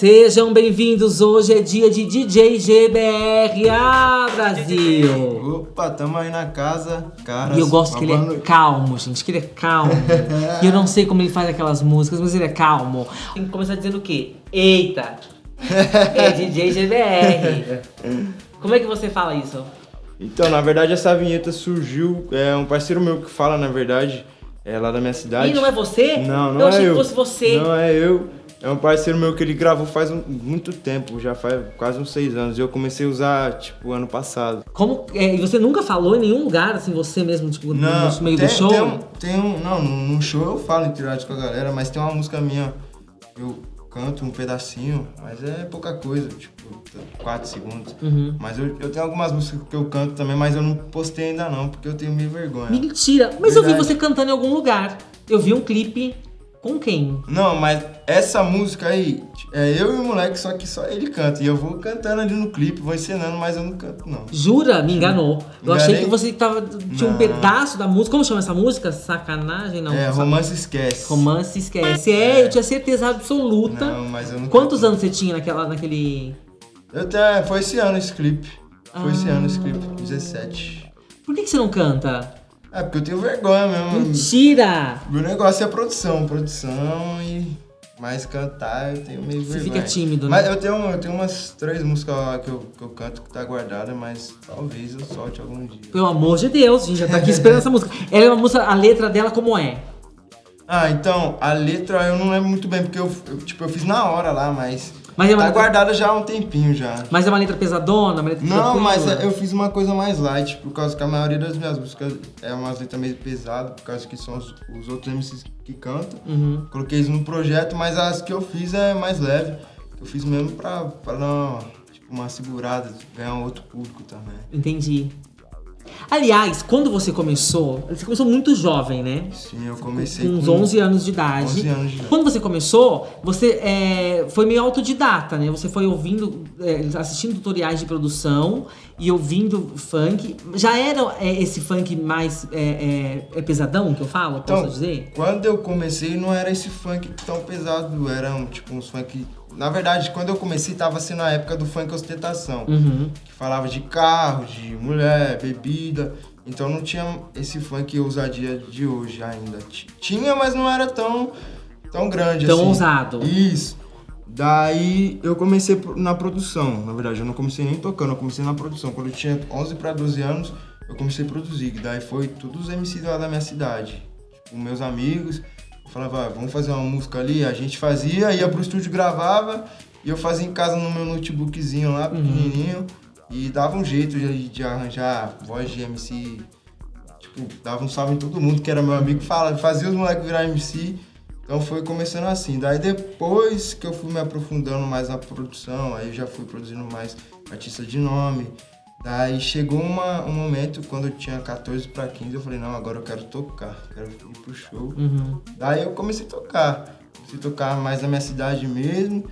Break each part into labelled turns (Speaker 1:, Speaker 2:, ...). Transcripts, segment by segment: Speaker 1: Sejam bem-vindos! Hoje é dia de DJ GBR ah, Brasil!
Speaker 2: Opa, tamo aí na casa, cara.
Speaker 1: E eu gosto
Speaker 2: uma
Speaker 1: que ele
Speaker 2: boa
Speaker 1: é
Speaker 2: noite.
Speaker 1: calmo, gente, que ele é calmo. e eu não sei como ele faz aquelas músicas, mas ele é calmo. Tem que começar dizendo o quê? Eita! É DJ GBR! Como é que você fala isso?
Speaker 3: Então, na verdade, essa vinheta surgiu, é um parceiro meu que fala, na verdade, é lá da minha cidade.
Speaker 1: Ih, não é você?
Speaker 3: Não, não
Speaker 1: eu
Speaker 3: é
Speaker 1: achei
Speaker 3: eu.
Speaker 1: que fosse você.
Speaker 3: Não é eu. É um parceiro meu que ele gravou faz um- muito tempo, já faz quase uns seis anos. E eu comecei a usar, tipo, ano passado.
Speaker 1: Como, é, e você nunca falou em nenhum lugar, assim, você mesmo, tipo,
Speaker 2: Não,
Speaker 1: no meio
Speaker 2: tem,
Speaker 1: do show?
Speaker 2: Tem um, tem um- não, num show eu falo em triate com a galera, mas tem uma música minha, que eu canto um pedacinho, mas é pouca coisa, tipo, 4 segundos.
Speaker 1: Uhum.
Speaker 2: Mas eu, eu tenho algumas músicas que eu canto também, mas eu não postei ainda não, porque eu tenho meio vergonha.
Speaker 1: Mentira! Mas eu vi
Speaker 2: Verdade.
Speaker 1: você cantando em algum lugar. Eu vi um clipe com quem?
Speaker 2: Não, mas essa música aí, é eu e o moleque, só que só ele canta. E eu vou cantando ali no clipe, vou ensinando, mas eu não canto não.
Speaker 1: Jura? Me enganou. Eu
Speaker 2: Enganei?
Speaker 1: achei que você tava, tinha um
Speaker 2: Não.
Speaker 1: pedaço da música. Como chama essa música? Sacanagem? Não.
Speaker 2: é,
Speaker 1: Sa-
Speaker 2: romance esquece.
Speaker 1: Romance esquece. É, eu tinha certeza absoluta.
Speaker 2: Não, mas eu não
Speaker 1: Quantos anos você tinha naquela, naquele.
Speaker 2: Eu até, foi esse ano esse clipe. Foi esse
Speaker 1: Ah.
Speaker 2: ano esse clipe, 17.
Speaker 1: Por que, que você não canta?
Speaker 2: É, porque eu tenho vergonha mesmo.
Speaker 1: Mentira!
Speaker 2: Meu negócio é produção, produção e. Mas cantar eu tenho meio
Speaker 1: Você
Speaker 2: vergonha.
Speaker 1: fica tímido, né?
Speaker 2: Mas eu tenho, eu tenho umas três músicas lá que eu, que eu canto que tá guardada, mas talvez eu solte algum dia.
Speaker 1: Pelo amor de Deus, a gente já tá aqui esperando essa música. Ela é uma música, a letra dela como é?
Speaker 2: Ah, então, a letra eu não lembro muito bem, porque eu, eu, tipo, eu fiz na hora lá, mas.
Speaker 1: Mas é uma
Speaker 2: tá
Speaker 1: letra-
Speaker 2: guardada já há um tempinho já.
Speaker 1: Mas é uma letra pesadona, uma letra
Speaker 2: Não, mas
Speaker 1: tranquila?
Speaker 2: eu fiz uma coisa mais light, por causa que a maioria das minhas músicas é umas letras meio pesadas, por causa que são os, os outros MCs que cantam.
Speaker 1: Uhum.
Speaker 2: Coloquei isso no projeto, mas as que eu fiz é mais leve. Eu fiz mesmo pra, pra dar uma, tipo, uma segurada, ganhar um outro público também.
Speaker 1: Entendi. Aliás, quando você começou, você começou muito jovem, né?
Speaker 2: Sim, eu comecei
Speaker 1: Com uns 11 anos de idade.
Speaker 2: 11 anos de idade.
Speaker 1: Quando você começou, você é, foi meio autodidata, né? Você foi ouvindo, é, assistindo tutoriais de produção e ouvindo funk. Já era é, esse funk mais é, é, é pesadão que eu falo, posso
Speaker 2: Então,
Speaker 1: dizer?
Speaker 2: Quando eu comecei, não era esse funk tão pesado, era um, tipo uns funk. Na verdade, quando eu comecei, tava sendo a época do funk ostentação.
Speaker 1: Uhum.
Speaker 2: que falava de carro, de mulher, bebida. Então não tinha esse funk ousadia de hoje ainda. Ti- Tinha, mas não era tão, tão grande
Speaker 1: Tão
Speaker 2: assim.
Speaker 1: ousado.
Speaker 2: Isso. Daí eu comecei pro- na produção, na verdade, eu não comecei nem tocando, eu comecei na produção. Quando eu tinha 11 para 12 anos, eu comecei a produzir. que Daí foi todos os MCs lá da minha cidade, tipo, meus amigos. Eu falava, "Ah, vamos fazer uma música ali, a gente fazia, ia pro estúdio, gravava, e eu fazia em casa no meu notebookzinho lá, pequenininho, e dava um jeito de, de arranjar voz de MC tipo, dava um salve em todo mundo que era meu amigo, fala, fazia os moleques virar MC. Então foi começando assim. Daí depois que eu fui me aprofundando mais na produção, aí eu já fui produzindo mais artista de nome. Daí chegou uma- um momento, quando eu tinha 14 para 15, eu falei, não, agora eu quero tocar, quero ir pro show.
Speaker 1: Uhum.
Speaker 2: Daí eu comecei a tocar. Comecei a tocar mais na minha cidade mesmo.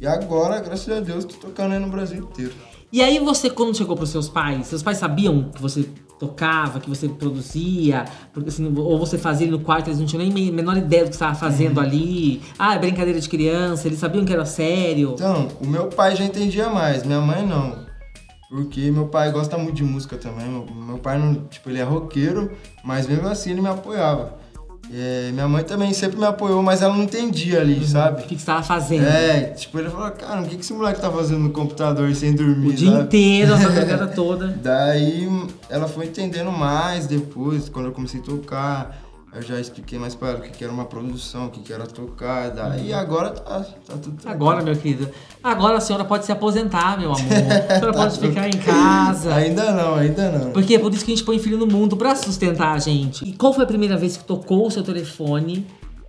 Speaker 2: E agora, graças a Deus, tô tocando aí no Brasil inteiro.
Speaker 1: E aí você, quando chegou pros seus pais, seus pais sabiam que você tocava, que você produzia, porque, assim, ou você fazia ali no quarto, eles não tinham nem me- menor ideia do que você estava fazendo ali. Ah, é brincadeira de criança, eles sabiam que era sério.
Speaker 2: Então, o meu pai já entendia mais, minha mãe não. Porque meu pai gosta muito de música também. Meu, meu pai não, tipo, ele é roqueiro, mas mesmo assim ele me apoiava. É, minha mãe também sempre me apoiou, mas ela não entendia ali,
Speaker 1: O
Speaker 2: sabe?
Speaker 1: que que você estava fazendo?
Speaker 2: É, tipo, ele falou, cara, o que que esse moleque tá fazendo no computador sem dormir?
Speaker 1: o dia
Speaker 2: sabe?
Speaker 1: inteiro, essa jogada toda.
Speaker 2: Daí ela foi entendendo mais depois, quando eu comecei a tocar. Eu já expliquei mais para ela o que que era uma produção, o que que era tocar. Daí agora tá, tá tudo tranquilo.
Speaker 1: Uhum. Agora, meu querido, agora a senhora pode se aposentar, meu amor. A senhora pode ficar em casa.
Speaker 2: Ainda não, ainda não.
Speaker 1: Porque é por isso que a gente põe filho no mundo pra sustentar a gente. E qual foi a primeira vez que tocou o seu telefone?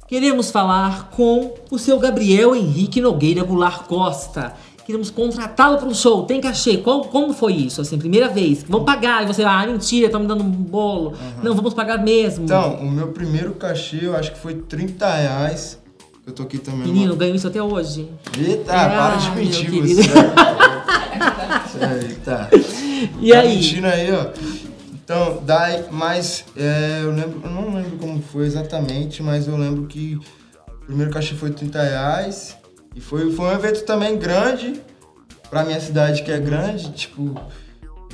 Speaker 1: Queremos falar com o seu Gabriel Henrique Nogueira Goulart Costa. Queremos contratá-lo para um show. Tem cachê. Qual, como foi isso? Assim, primeira vez. Vamos pagar. E você, ah, mentira, tá me dando um bolo. Não, vamos pagar mesmo.
Speaker 2: Então, o meu primeiro cachê eu acho que foi 30 reais. Eu tô aqui também.
Speaker 1: Menino, ganho isso até hoje.
Speaker 2: mano. Eita,
Speaker 1: Ah,
Speaker 2: para de
Speaker 1: meu
Speaker 2: mentir
Speaker 1: querido.
Speaker 2: você. Eita.
Speaker 1: E aí?
Speaker 2: Tá Mentindo aí, ó. Então, daí, mas é, eu lembro, eu não lembro como foi exatamente, mas eu lembro que o primeiro cachê foi 30 reais. E foi, foi um evento também grande, pra minha cidade que é grande, tipo,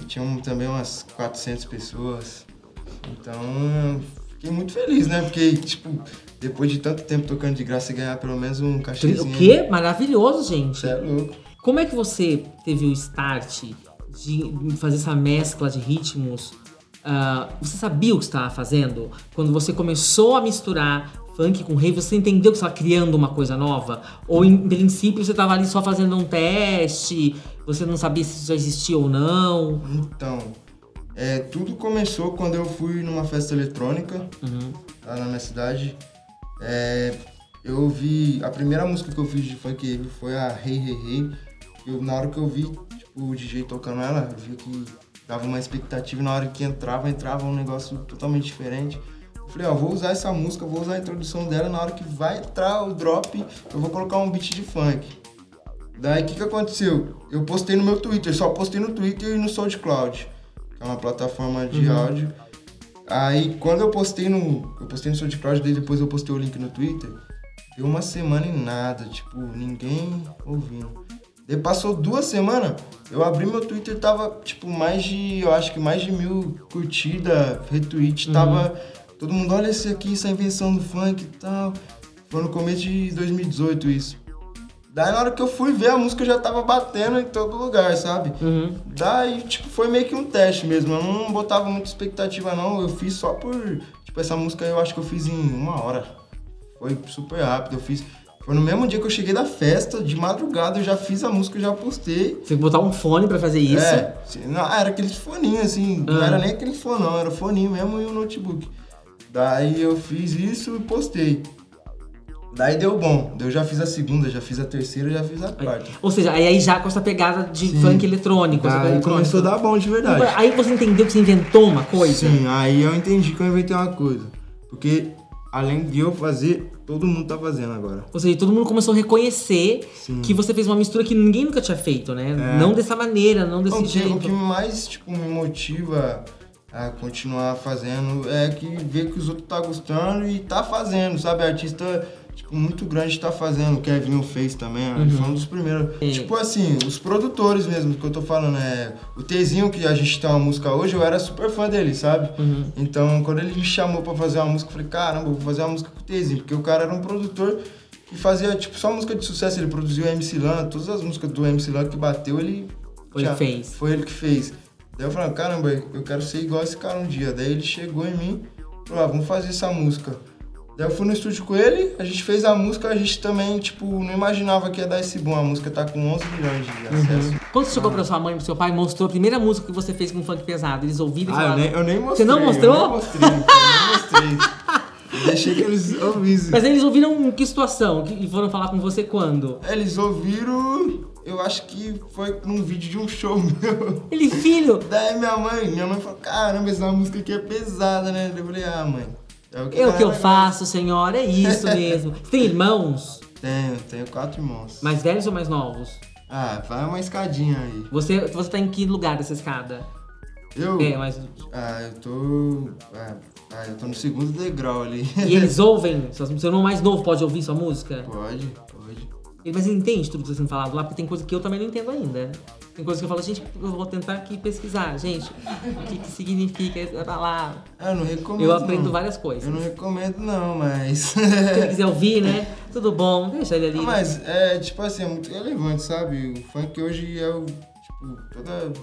Speaker 2: tinha um- também umas 400 pessoas. Então, eu fiquei muito feliz, né? Porque, tipo, depois de tanto tempo tocando de graça e ganhar pelo menos um
Speaker 1: Tri-
Speaker 2: cachezinho.
Speaker 1: O quê? Maravilhoso, gente.
Speaker 2: Você é louco.
Speaker 1: Como é que você teve o start de fazer essa mescla de ritmos? Ah, você sabia o que estava fazendo? Quando você começou a misturar funk com rave, você entendeu que você estava criando uma coisa nova? Ou em princípio você estava ali só fazendo um teste? Você não sabia se isso já existia ou não?
Speaker 2: Então, é, tudo começou quando eu fui numa festa eletrônica
Speaker 1: Uhum.
Speaker 2: lá na minha cidade. É, eu ouvi. A primeira música que eu fiz de funk rave foi a Hey Hey Hey. E eu- na hora que eu vi tipo, o DJ tocando ela, eu vi que dava uma expectativa. e Na hora que entrava, entrava um negócio totalmente diferente. Eu Falei, ó, vou usar essa música, vou usar a introdução dela. Na hora que vai entrar o drop, eu vou colocar um beat de funk. Daí o que, que aconteceu? Eu postei no meu Twitter, só postei no Twitter e no SoundCloud, que é uma plataforma de áudio. Aí quando eu postei no. Eu postei no SoundCloud, daí depois eu postei o link no Twitter. Deu uma semana e nada, tipo, ninguém ouvindo. Daí passou duas semanas, eu abri meu Twitter, tava, tipo, mais de. Eu acho que mais de mil curtidas, retweet, tava. Todo mundo, olha esse aqui, essa invenção do funk e tal. Foi no começo de 2018 isso. Daí na hora que eu fui ver, a música já tava batendo em todo lugar, sabe?
Speaker 1: Uhum.
Speaker 2: Daí, tipo, foi meio que um teste mesmo. Eu não botava muita expectativa, não. Eu fiz só por. Tipo, essa música eu acho que eu fiz em uma hora. Foi super rápido. Eu fiz. Foi no mesmo dia que eu cheguei da festa, de madrugada, eu já fiz a música, eu já postei.
Speaker 1: Você tem que botar um fone pra fazer isso?
Speaker 2: É, se- não, ah, era aqueles foninhos, assim. Não
Speaker 1: Ah.
Speaker 2: era nem aquele fone, não. Era foninho mesmo e um notebook. Daí eu fiz isso e postei. Daí deu bom. Eu já fiz a segunda, já fiz a terceira, já fiz a quarta.
Speaker 1: Ou seja, aí aí já com essa pegada de
Speaker 2: Sim.
Speaker 1: funk eletrônico. essa coisa
Speaker 2: Daí
Speaker 1: eletrônica.
Speaker 2: Ah, começou a dar bom de verdade.
Speaker 1: Aí você entendeu que você inventou uma coisa?
Speaker 2: Sim, aí eu entendi que eu inventei uma coisa. Porque além de eu fazer, todo mundo tá fazendo agora.
Speaker 1: Ou seja, todo mundo começou a reconhecer
Speaker 2: Sim. É.
Speaker 1: que você fez uma mistura que ninguém nunca tinha feito, né? Não dessa maneira, não desse
Speaker 2: O que,
Speaker 1: jeito.
Speaker 2: o que mais tipo, me motiva a continuar fazendo é que ver que os outros tá gostando e tá fazendo, sabe? Artista tipo, muito grande tá fazendo. O Kevinho fez também, ele foi um dos primeiros.
Speaker 1: Uhum. Sim.
Speaker 2: Tipo assim, os produtores mesmo, que eu tô falando, é. O Tzinho, que a gente tá uma música hoje, eu era super fã dele, sabe?
Speaker 1: Uhum.
Speaker 2: Então, quando ele me chamou pra fazer uma música, eu falei, caramba, eu vou fazer uma música com o Tzinho, porque o cara era um produtor. que fazia, tipo, só música de sucesso. Ele produziu MC Lan, todas as músicas do MC Lan que bateu, ele
Speaker 1: Foi ele que fez.
Speaker 2: foi ele que fez. Daí eu falei, caramba, eu quero ser igual esse cara um dia. Daí ele chegou em mim, falou, ah, vamos fazer essa música. Daí eu fui no estúdio com ele, a gente fez a música, a gente também, tipo, não imaginava que ia dar esse bom. A música tá com 11 milhões de acesso.
Speaker 1: Quando você chegou pra sua mãe e pro seu pai, mostrou a primeira música que você fez com um funk pesado. Eles ouviram e
Speaker 2: Ah, eu
Speaker 1: falaram.
Speaker 2: nem, eu nem
Speaker 1: Você
Speaker 2: mostrei.
Speaker 1: não mostrou?
Speaker 2: Eu nem mostrei, eu nem mostrei. Deixei que eles ouvissem.
Speaker 1: Mas eles ouviram em que situação? Que- E foram falar com você quando?
Speaker 2: Eles ouviram, eu acho que foi num vídeo de um show meu.
Speaker 1: Ele, filho,
Speaker 2: Daí minha mãe, minha mãe falou, caramba, essa música aqui é pesada, né? Eu falei, ah, mãe. É o
Speaker 1: é o que eu
Speaker 2: dá, né?"
Speaker 1: faço, senhora, é isso mesmo. Você tem irmãos?
Speaker 2: Tenho, tenho quatro irmãos.
Speaker 1: Mais velhos ou mais novos?
Speaker 2: Ah, vai uma escadinha aí.
Speaker 1: Você, você tá em que lugar dessa escada?
Speaker 2: Eu?
Speaker 1: É, mas.
Speaker 2: Ah, eu tô. Ah, ah, eu tô no segundo degrau ali.
Speaker 1: E eles ouvem? Suas- Seu irmão mais novo pode ouvir sua música?
Speaker 2: pode, pode.
Speaker 1: Ele, Mas ele entende tudo que está sendo falado lá, porque tem coisa que eu também não entendo ainda. Tem coisa que eu falo, gente, eu vou tentar aqui pesquisar, gente, o que, que significa essa palavra?
Speaker 2: Ah, eu não recomendo.
Speaker 1: Eu aprendo
Speaker 2: não.
Speaker 1: várias coisas.
Speaker 2: Eu não recomendo, não, mas.
Speaker 1: Se ele quiser ouvir, né? Tudo bom, deixa ele ali.
Speaker 2: mas é, tipo assim, é muito relevante, sabe? O funk hoje é o. Tipo, toda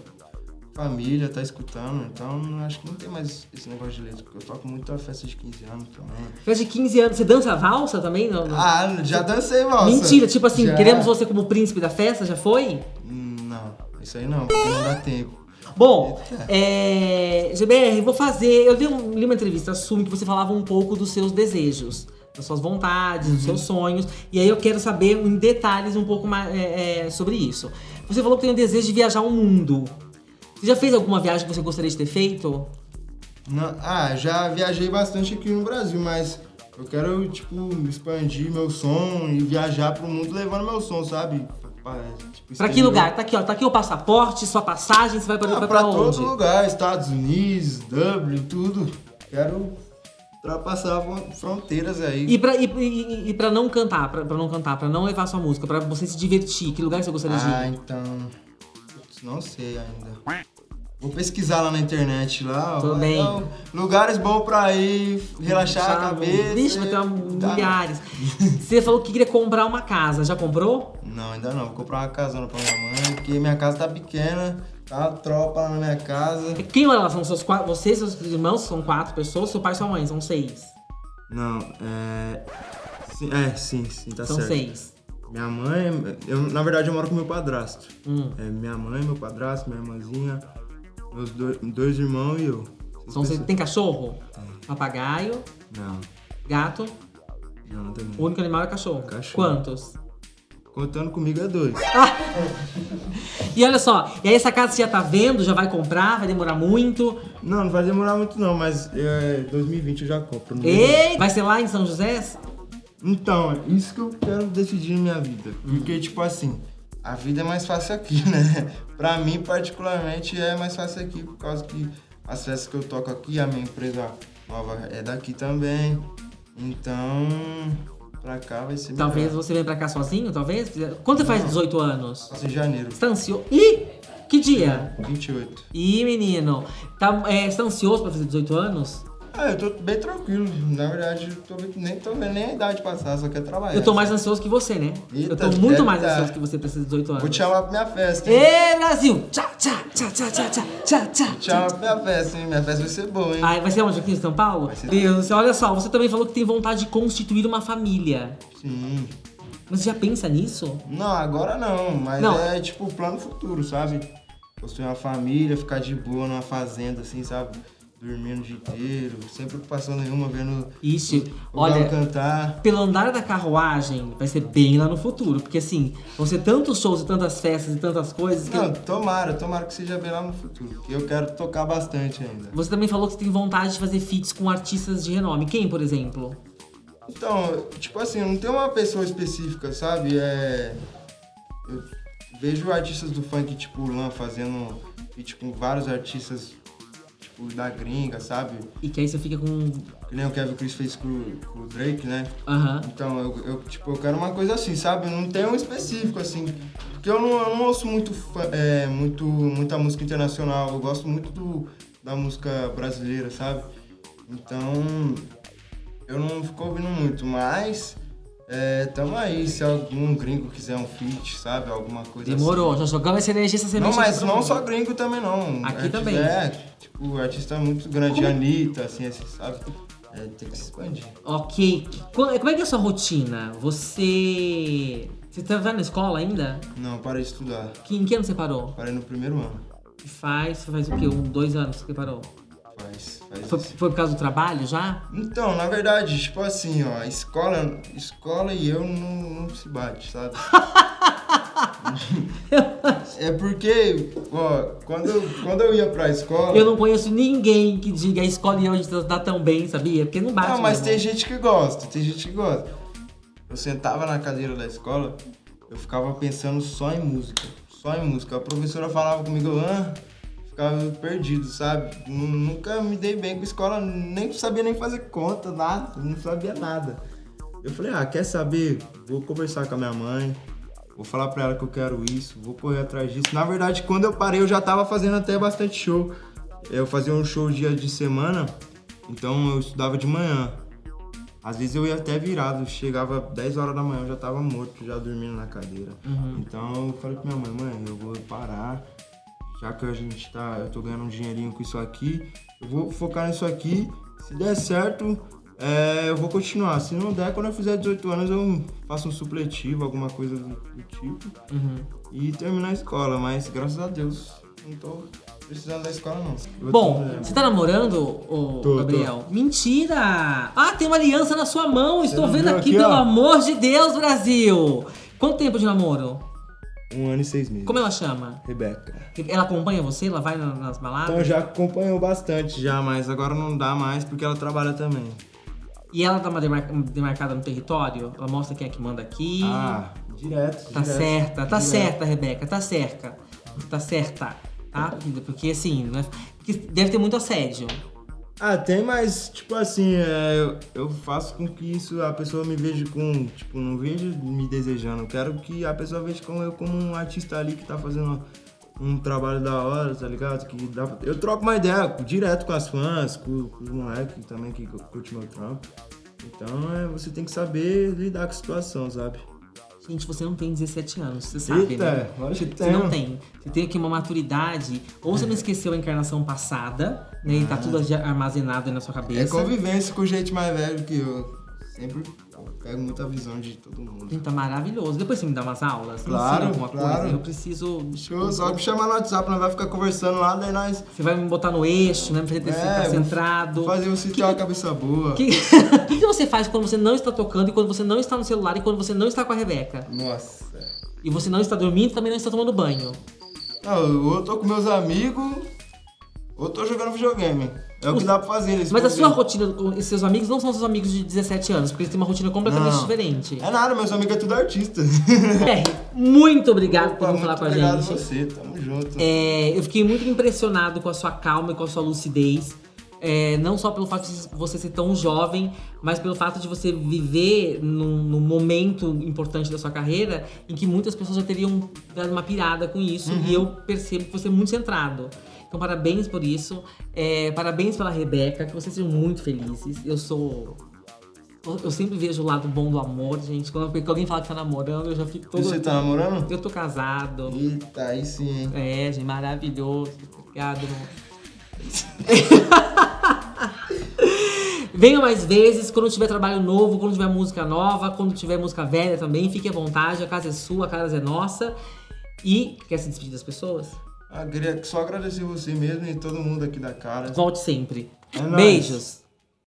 Speaker 2: família tá escutando, então não- acho que não tem mais esse negócio de letra, porque eu toco muito a festa de 15 anos também.
Speaker 1: Faz de 15 anos, você dança valsa também? Não, não.
Speaker 2: Ah, já dancei, valsa.
Speaker 1: Mentira, tipo assim,
Speaker 2: Já.
Speaker 1: queremos você como príncipe da festa, já foi?
Speaker 2: Hum, Não, isso aí não, porque não dá tempo.
Speaker 1: Bom, é, GBR, vou fazer. Eu dei um- li uma entrevista sua em que você falava um pouco dos seus desejos, das suas vontades, dos
Speaker 2: Uhum.
Speaker 1: seus sonhos. E aí eu quero saber em detalhes um pouco mais é, é, sobre isso. Você falou que tem o desejo de viajar o mundo. Você já fez alguma viagem que você gostaria de ter feito?
Speaker 2: Não, ah, já viajei bastante aqui no Brasil, mas eu quero, tipo, expandir meu som e viajar pro mundo levando meu som, sabe? Pra, tipo,
Speaker 1: Pra que
Speaker 2: exterior.
Speaker 1: lugar? Tá aqui, ó. Tá aqui o passaporte, sua passagem, você vai pra,
Speaker 2: Ah,
Speaker 1: vai
Speaker 2: pra
Speaker 1: pra
Speaker 2: todo
Speaker 1: onde?
Speaker 2: lugar, Estados Unidos, Dublin, tudo. Quero ultrapassar fron- fronteiras aí.
Speaker 1: E pra, e, e, e pra não cantar, pra, pra não cantar, pra não levar sua música, pra você se divertir, que lugar que você gostaria
Speaker 2: Ah,
Speaker 1: de ir?
Speaker 2: então. Putz, Não sei ainda. Vou pesquisar lá na internet lá. ó,
Speaker 1: Também.
Speaker 2: lá, ó, Lugares bons pra ir, relaxar a
Speaker 1: Sabe?
Speaker 2: cabeça.
Speaker 1: Vixe, vai ter uma-
Speaker 2: Tá.
Speaker 1: milhares. Você falou que queria comprar uma casa, já comprou?
Speaker 2: Não, ainda não. Vou comprar uma casona pra minha mãe, porque minha casa tá pequena, tá uma tropa lá na minha casa.
Speaker 1: Quem mora lá? São seus quatro. Você e seus irmãos são quatro pessoas, seu pai e sua mãe, são seis.
Speaker 2: Não, é. Sim, é, sim, sim, tá
Speaker 1: são
Speaker 2: certo.
Speaker 1: seis.
Speaker 2: Minha mãe. Eu, na verdade, eu moro com meu padrasto.
Speaker 1: Hum.
Speaker 2: É minha mãe, meu padrasto, minha irmãzinha, meus dois, dois irmãos e eu.
Speaker 1: São seis. Tem cachorro?
Speaker 2: Tá.
Speaker 1: Papagaio,
Speaker 2: Não,
Speaker 1: gato.
Speaker 2: não, também.
Speaker 1: O único animal é cachorro.
Speaker 2: Cachorro.
Speaker 1: Quantos?
Speaker 2: Contando comigo é dois.
Speaker 1: E olha só, e aí essa casa você já tá vendo, já vai comprar, vai demorar muito.
Speaker 2: Não, não vai demorar muito não, mas é, 2020 eu já compro. não é?
Speaker 1: E vai ser lá em São José?
Speaker 2: Então, é isso que eu quero decidir na minha vida. Porque, tipo assim, a vida é mais fácil aqui, né? pra mim, particularmente, é mais fácil aqui, por causa que as festas que eu toco aqui, a minha empresa nova é daqui também. Então, pra cá vai ser
Speaker 1: Talvez
Speaker 2: melhor.
Speaker 1: você venha pra cá sozinho, talvez? Quando você faz 18 anos?
Speaker 2: Nossa, em janeiro,
Speaker 1: Você tá ansioso? Ih! Que dia?
Speaker 2: 28.
Speaker 1: Ih, menino. Tá, é, você tá ansioso pra fazer 18 anos?
Speaker 2: Ah, eu tô bem tranquilo. Na verdade, eu tô, nem tô vendo nem a idade passar, só quero trabalhar.
Speaker 1: Eu tô mais ansioso que você, né? Eu tô
Speaker 2: É. Eita,
Speaker 1: muito
Speaker 2: deve
Speaker 1: mais
Speaker 2: tá.
Speaker 1: ansioso que você pra esses 18 anos.
Speaker 2: Vou te chamar pra minha festa. hein?
Speaker 1: Ê, Brasil! Tchá, tchá, tchá, tchá, tchá, tchá, tchá, tchá.
Speaker 2: Tchau pra minha festa, hein? Minha festa vai ser boa, hein?
Speaker 1: Ai, vai ser onde? Aqui em São Paulo?
Speaker 2: Vai ser-
Speaker 1: Deus, olha só, você também falou que tem vontade de constituir uma família.
Speaker 2: Sim.
Speaker 1: Mas você já pensa nisso?
Speaker 2: Não, agora não, mas
Speaker 1: Não.
Speaker 2: é tipo plano futuro, sabe? Construir uma família, ficar de boa numa fazenda, assim, sabe? Dormindo o dia inteiro, sem preocupação nenhuma, vendo
Speaker 1: Isso,
Speaker 2: o galo
Speaker 1: olha,
Speaker 2: cantar.
Speaker 1: pelo andar da carruagem vai ser bem lá no futuro. Porque assim, vão ser tantos shows e tantas festas e tantas coisas que
Speaker 2: Não, tomara, tomara que seja bem lá no futuro, que eu quero tocar bastante ainda.
Speaker 1: Você também falou que você tem vontade de fazer feats com artistas de renome. Quem, por exemplo?
Speaker 2: Então, tipo assim, não tem uma pessoa específica, sabe? É. Eu vejo artistas do funk, tipo o Lan, fazendo feat com vários artistas, tipo, da gringa, sabe?
Speaker 1: E que aí você fica com.
Speaker 2: Que nem o Kevin Chris fez com, com o Drake, né?
Speaker 1: Aham.
Speaker 2: Então, eu, eu, tipo, eu quero uma coisa assim, sabe? Não tem um específico, assim. Porque eu não, eu não ouço muito, fa- é, muito, muita música internacional. Eu gosto muito do- da música brasileira, sabe? Então, eu não fico ouvindo muito, mas... É, tamo aí, se algum gringo quiser um feat, sabe? Alguma coisa
Speaker 1: Demorou, já jogamos essa energia, essa
Speaker 2: assim.
Speaker 1: semente.
Speaker 2: Não, mas
Speaker 1: pra
Speaker 2: não
Speaker 1: todo
Speaker 2: só
Speaker 1: mundo.
Speaker 2: gringo também,
Speaker 1: Aqui
Speaker 2: não. Artista-
Speaker 1: também.
Speaker 2: É, tipo, artista muito grande, Anitta, assim, assim, sabe? É, tem que se expandir.
Speaker 1: Ok. Qu- Como é que é a sua rotina? Você. Você tá vai na escola ainda?
Speaker 2: Não, para de estudar.
Speaker 1: Que, em que ano você parou?
Speaker 2: Parei no primeiro ano.
Speaker 1: E Faz. Faz o quê? Um, dois anos que você parou?
Speaker 2: Faz, faz
Speaker 1: Foi,
Speaker 2: isso.
Speaker 1: foi por causa do trabalho já?
Speaker 2: Então, na verdade, tipo assim, ó, a escola, escola e eu não, não se bate, sabe? é porque, ó, quando, eu- quando eu ia pra escola.
Speaker 1: Eu não conheço ninguém que diga a escola e onde tá tão bem, sabia? Porque não bate. né?
Speaker 2: Não, Ah, mas
Speaker 1: mesmo.
Speaker 2: tem gente que gosta, tem gente que gosta. Eu sentava na cadeira da escola, eu ficava pensando só em música, só em música. A professora falava comigo, ah, ficava perdido, sabe? Nu- Nunca me dei bem com escola, nem sabia nem fazer conta, nada, não sabia nada. Eu falei, ah, quer saber? Vou conversar com a minha mãe, vou falar pra ela que eu quero isso, vou correr atrás disso. Na verdade, quando eu parei, eu já tava fazendo até bastante show. Eu fazia um show dia de semana, então eu estudava de manhã. Às vezes eu ia até virado, chegava 10 horas da manhã, eu já tava morto, já dormindo na cadeira.
Speaker 1: Uhum.
Speaker 2: Então eu falei pra minha mãe, mãe, eu vou parar, já que a gente tá, eu tô ganhando um dinheirinho com isso aqui, eu vou focar nisso aqui, se der certo, é, eu vou continuar. Se não der, quando eu fizer 18 anos, eu faço um supletivo, alguma coisa do, do tipo,
Speaker 1: Uhum.
Speaker 2: e termino a escola, mas graças a Deus, não tô precisando da escola não. Eu um
Speaker 1: Bom,
Speaker 2: tô-
Speaker 1: você tá namorando, ô,
Speaker 2: Tô,
Speaker 1: Gabriel? Mentira! Ah, tem uma aliança na sua mão! Estou
Speaker 2: não
Speaker 1: vendo
Speaker 2: viu
Speaker 1: aqui,
Speaker 2: aqui,
Speaker 1: pelo
Speaker 2: ó?
Speaker 1: amor de Deus, Brasil! Quanto tempo de namoro?
Speaker 2: um ano e seis meses.
Speaker 1: Como ela chama?
Speaker 2: Rebeca.
Speaker 1: Ela acompanha você? Ela vai na- nas baladas?
Speaker 2: Então já acompanhou bastante já, mas agora não dá mais porque ela trabalha também. Então-
Speaker 1: E ela dá uma demarca- demarcada no território? Ela mostra quem é que manda aqui?
Speaker 2: Ah, direto.
Speaker 1: tá
Speaker 2: direto,
Speaker 1: certa, tá
Speaker 2: direto.
Speaker 1: certa, Rebeca, tá certa. né, Tá certa, tá? querida? Porque assim, não é- porque deve ter muito assédio.
Speaker 3: Ah, tem, mas, tipo assim, é, eu, eu faço com que isso, a pessoa me veja com, tipo, não veja me desejando. Eu quero que a pessoa veja como eu como um artista ali que tá fazendo um trabalho da hora, tá ligado? Que dá pra- Eu troco uma ideia direto com as fãs, com, com os moleques também que cu- curte meu trampo. Então, é, você tem que saber lidar com a situação, sabe?
Speaker 1: Gente, você não tem 17 anos, você sabe, né?
Speaker 3: Eita, lógico que
Speaker 1: Você
Speaker 3: tenho.
Speaker 2: É.
Speaker 1: não tem. Você tem aqui uma maturidade. Ou você não esqueceu a encarnação passada, né? E tá tudo já armazenado aí na sua
Speaker 2: Ah. É
Speaker 1: cabeça.
Speaker 2: convivência com gente mais velho que eu. Sempre pego muita visão de todo mundo.
Speaker 1: Gente, tá maravilhoso. Depois você me dá umas aulas, me
Speaker 2: Claro,
Speaker 1: ensina alguma
Speaker 2: claro.
Speaker 1: coisa. Eu preciso.
Speaker 2: Show, só me chamar no WhatsApp, nós vai ficar conversando lá, daí nós
Speaker 1: Você vai me botar no eixo, né? Me fazer
Speaker 2: É,
Speaker 1: ficar
Speaker 2: vou
Speaker 1: centrado.
Speaker 2: fazer você ter uma cabeça boa.
Speaker 1: O que... O que que você faz quando você não está tocando e quando você não está no celular e quando você não está com a Rebeca?
Speaker 2: Nossa.
Speaker 1: E você não está dormindo e também não está tomando banho.
Speaker 2: Não, ou eu tô com meus amigos, ou eu tô jogando videogame. É o que dá pra fazer nesse
Speaker 1: Mas a sua
Speaker 2: momento.
Speaker 1: rotina com esses seus amigos não são seus amigos de 17 anos, porque eles têm uma rotina completamente
Speaker 2: Não.
Speaker 1: diferente.
Speaker 2: É nada, meus amigos é tudo artista.
Speaker 1: R, muito obrigado por vir falar
Speaker 2: Muito
Speaker 1: com a
Speaker 2: obrigado
Speaker 1: gente.
Speaker 2: você, tamo junto.
Speaker 1: É, eu fiquei muito impressionado com a sua calma e com a sua lucidez. É, não só pelo fato de você ser tão jovem, mas pelo fato de você viver num, num momento importante da sua carreira em que muitas pessoas já teriam dado uma pirada com isso. E eu percebo que você é muito centrado. Então, parabéns por isso. É, parabéns pela Rebeca, que vocês sejam muito felizes. Eu sou. eu- Eu sempre vejo o lado bom do amor, gente. Quando quando alguém fala que tá namorando, eu já fico todo.
Speaker 2: Você tá namorando?
Speaker 1: Eu tô casado.
Speaker 2: Eita, aí sim, hein?
Speaker 1: É, gente, maravilhoso. Obrigado, amor. Venha mais vezes, quando tiver trabalho novo, quando tiver música nova, quando tiver música velha também, fique à vontade, a casa é sua, a casa é nossa. E quer se despedir das pessoas?
Speaker 2: Ah, queria só agradecer você mesmo e todo mundo aqui da cara.
Speaker 1: Volte sempre.
Speaker 2: É nóis.
Speaker 1: Beijos.